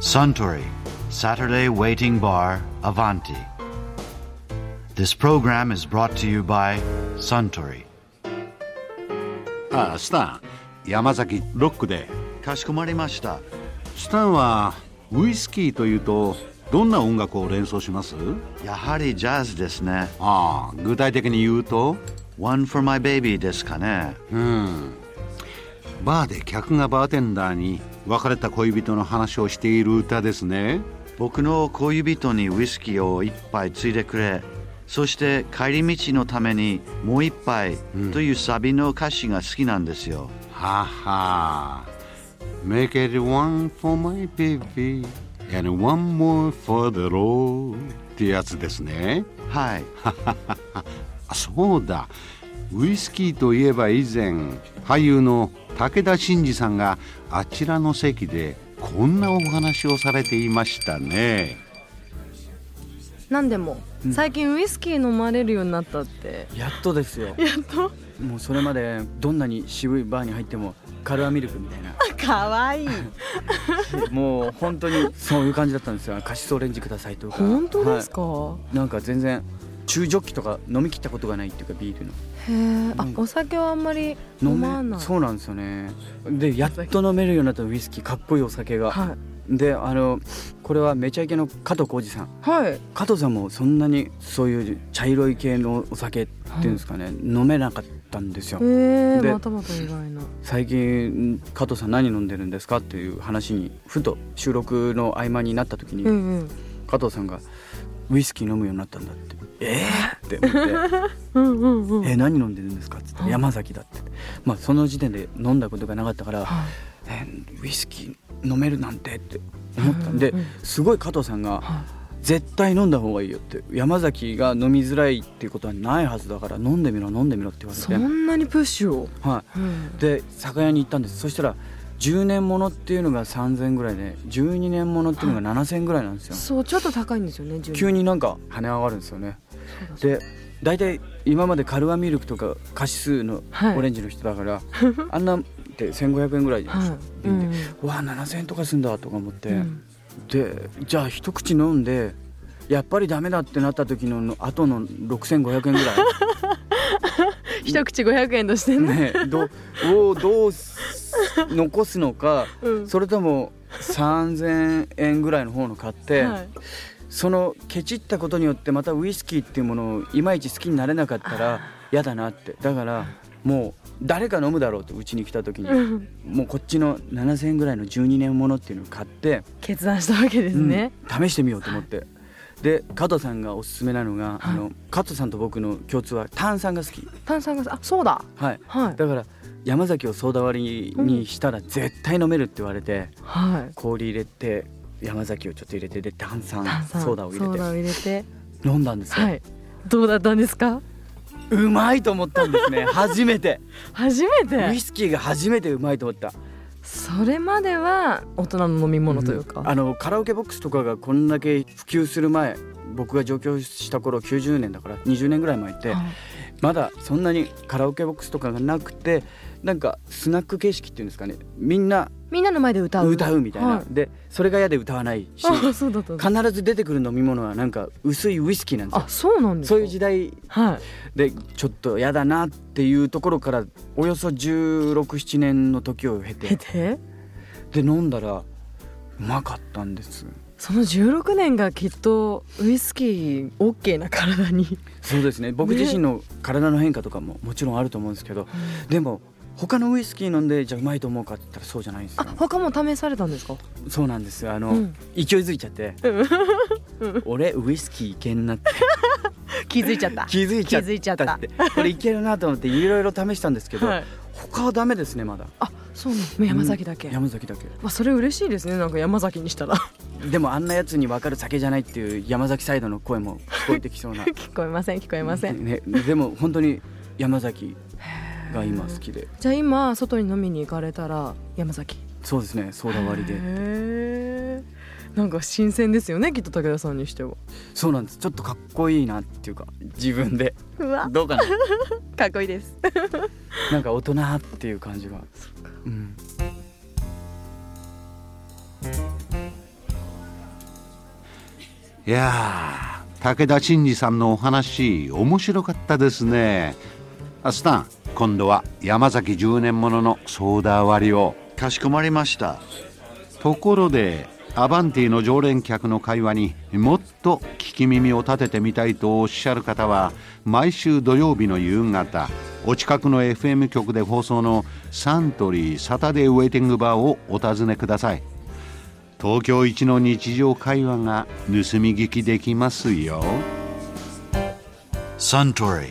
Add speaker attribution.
Speaker 1: Suntory, Saturday Waiting Bar, Avanti. This program is brought to you by Suntory.
Speaker 2: ああスタン山崎ロックで
Speaker 1: かしこまりました。
Speaker 2: スタンはウイスキーというとどんな音楽を連想します
Speaker 1: やはりジャズですね。
Speaker 2: ああ具体的に言うと
Speaker 1: One for my baby ですかね。
Speaker 2: バーで客がバーテンダーに別れた恋人の話をしている歌ですね
Speaker 1: 僕の恋人にウイスキーを一杯ついでくれ。そして帰り道のためにもう一杯というサビの歌詞が好きなんですよ。
Speaker 2: はは Make it one for my baby and one more for the road ってやつですね
Speaker 1: はい。
Speaker 2: あそうだウイスキーといえば以前俳優の武田真治さんがあちらの席でこんなお話をされていましたね
Speaker 3: なんでも最近ウイスキー飲まれるようになったって
Speaker 4: やっとですよ
Speaker 3: やっと
Speaker 4: もうそれまでどんなに渋いバーに入ってもカルアミルクみたいな
Speaker 3: かわいい
Speaker 4: もう本当にそういう感じだったんですよカシスオレンジくださいとか
Speaker 3: 本当ですか、
Speaker 4: はいなんか全然中ジョッキとか飲み切ったことがないっていうかビールの
Speaker 3: へえあお酒はあんまり飲
Speaker 4: 飲
Speaker 3: まない
Speaker 4: そうなんですよねでやっと飲めるようになったウイスキーかっこいいお酒が、
Speaker 3: はい
Speaker 4: であのこれはめちゃイケの加藤浩次さん
Speaker 3: はい
Speaker 4: 加藤さんもそんなにそういう茶色い系のお酒っていうんですかね、飲めなかったんですよ
Speaker 3: えー、
Speaker 4: で
Speaker 3: またまた意外な
Speaker 4: 最近加藤さん何飲んでるんですかっていう話にふと収録の合間になった時に、
Speaker 3: うんうん
Speaker 4: 加藤さんがウイスキー飲むようになったんだってええー、って思って
Speaker 3: うんうんうん
Speaker 4: 「えー何飲んでるんですか?」っつって
Speaker 3: うん
Speaker 4: 「山崎だ」って、まあ、その時点で飲んだことがなかったから
Speaker 3: はい
Speaker 4: 「えーウイスキー飲めるなんて」って思ったんで
Speaker 3: うんうん
Speaker 4: すごい加藤さんが
Speaker 3: は
Speaker 4: 「絶対飲んだ方がいいよ」って山崎が飲みづらいっていうことはないはずだから飲んでみろ飲んでみろって言われ
Speaker 3: そ
Speaker 4: て、
Speaker 3: んなにプッシュを、
Speaker 4: はい、
Speaker 3: うん、
Speaker 4: で酒屋に行ったんですそしたら10年ものっていうのが3000ぐらいで12年ものっていうのが7000ぐらいなんですよ、
Speaker 3: そうちょっと高いんですよね12
Speaker 4: 急になんか跳ね上がるんですよね
Speaker 3: そうだそう
Speaker 4: で大体今までカルアミルクとかカシスの
Speaker 3: はい
Speaker 4: オレンジの人だから、 あんなんって1500円ぐらいじゃないですか、
Speaker 3: はい
Speaker 4: 瓶で
Speaker 3: うん
Speaker 4: わあ7000円とかすんだとか思って、
Speaker 3: うん
Speaker 4: でじゃあ一口飲んでやっぱりダメだってなった時のの後の6500円ぐらい
Speaker 3: 一口500円としてね
Speaker 4: ね、どをどうす残すのか、
Speaker 3: うん
Speaker 4: それとも3,000円ぐらいの方の買って、
Speaker 3: はい
Speaker 4: そのケチったことによってまたウイスキーっていうものをいまいち好きになれなかったら嫌だなってだからもう誰か飲むだろうとうちに来た時に、
Speaker 3: うん
Speaker 4: もうこっちの7,000円ぐらいの12年ものっていうのを買って、
Speaker 3: 決断したわけですね、
Speaker 4: うん試してみようと思って。で加藤さんがおすすめなの
Speaker 3: は
Speaker 4: が、
Speaker 3: い
Speaker 4: あの加藤さんと僕の共通は炭酸が好き、
Speaker 3: 炭酸ガスあそうだ
Speaker 4: はい、
Speaker 3: はい
Speaker 4: だから山崎をソーダ割りにしたら絶対飲めるって言われて、
Speaker 3: はい
Speaker 4: 氷入れて山崎をちょっと入れてで炭酸
Speaker 3: 炭酸
Speaker 4: ソーダを入
Speaker 3: ソー
Speaker 4: れ
Speaker 3: ダ
Speaker 4: て
Speaker 3: を入れて
Speaker 4: 飲んだんですよ、
Speaker 3: はいどうだったんですか
Speaker 4: うまいと思ったんです ね初めて
Speaker 3: 初め
Speaker 4: ウ
Speaker 3: て
Speaker 4: イスキーが初めてうまいと思った
Speaker 3: それまでは大人の飲み物というか、
Speaker 4: んあのカラオケボックスとかがこんだけ普及する前僕が上京した頃90年だから20年ぐらい前って
Speaker 3: はい
Speaker 4: まだそんなにカラオケボックスとかがなくてなんかスナック形式っていうんですかねみんな
Speaker 3: みんなの前で歌う
Speaker 4: 歌うみたいな、
Speaker 3: は
Speaker 4: でそれが嫌で歌わない し
Speaker 3: あそうだったんだ
Speaker 4: 必ず出てくる飲み物はなんか薄いウイスキーなんです
Speaker 3: あ
Speaker 4: よ
Speaker 3: そうなんですか
Speaker 4: そういう時代
Speaker 3: はい
Speaker 4: でちょっとやだなっていうところからおよそ1617年の時を経
Speaker 3: 経
Speaker 4: て
Speaker 3: て
Speaker 4: で飲んだらうまかったんです
Speaker 3: その16年がきっとウイスキー OK な体に
Speaker 4: そうですね僕
Speaker 3: ね
Speaker 4: 自身の体の変化とかももちろんあると思うんですけど、でも他のウイスキー飲んでじゃあうまいと思うかって言ったらそうじゃないんです
Speaker 3: あ
Speaker 4: よ
Speaker 3: 他も試されたんですか
Speaker 4: そうなんですよあの、
Speaker 3: うん
Speaker 4: 勢いづいちゃって
Speaker 3: うん
Speaker 4: 俺ウイスキーいけんなって
Speaker 3: 気づいちゃった
Speaker 4: 気づいちゃっ
Speaker 3: 気づいちゃったた
Speaker 4: ってこれいけるなと思っていろいろ試したんですけど、
Speaker 3: はい
Speaker 4: 他はダメですねまだ
Speaker 3: あそうなの山崎だけ、
Speaker 4: うん山崎だけ
Speaker 3: まあ、それ嬉しいですねなんか山崎に したら
Speaker 4: でもあんなやつに分かる酒じゃないっていう山崎サイドの声も聞こえてきそうな
Speaker 3: 聞こえません聞こえません、
Speaker 4: ね、でも本当に山崎が今好きで
Speaker 3: じゃあ今外に飲みに行かれたら山崎
Speaker 4: そうですねソーダ割り
Speaker 3: へ
Speaker 4: で
Speaker 3: えなんか新鮮ですよねきっと武田さんにしては
Speaker 4: そうなんですちょっとかっこいいなっていうか自分で
Speaker 3: うわ
Speaker 4: どうかな
Speaker 3: かっこいいです
Speaker 4: なんか大人っていう感じがうん
Speaker 2: いやー武田真治さんのお話面白かったですねあスタン今度は山崎10年もののソーダ割りを
Speaker 1: かしこまりました
Speaker 2: ところでアバンティの常連客の会話にもっと聞き耳を立ててみたいとおっしゃる方は毎週土曜日の夕方お近くの FM 局で放送のサントリーサタデーウェイティングバーをお尋ねください東京一の日常会話が盗み聞きできますよ
Speaker 1: Suntory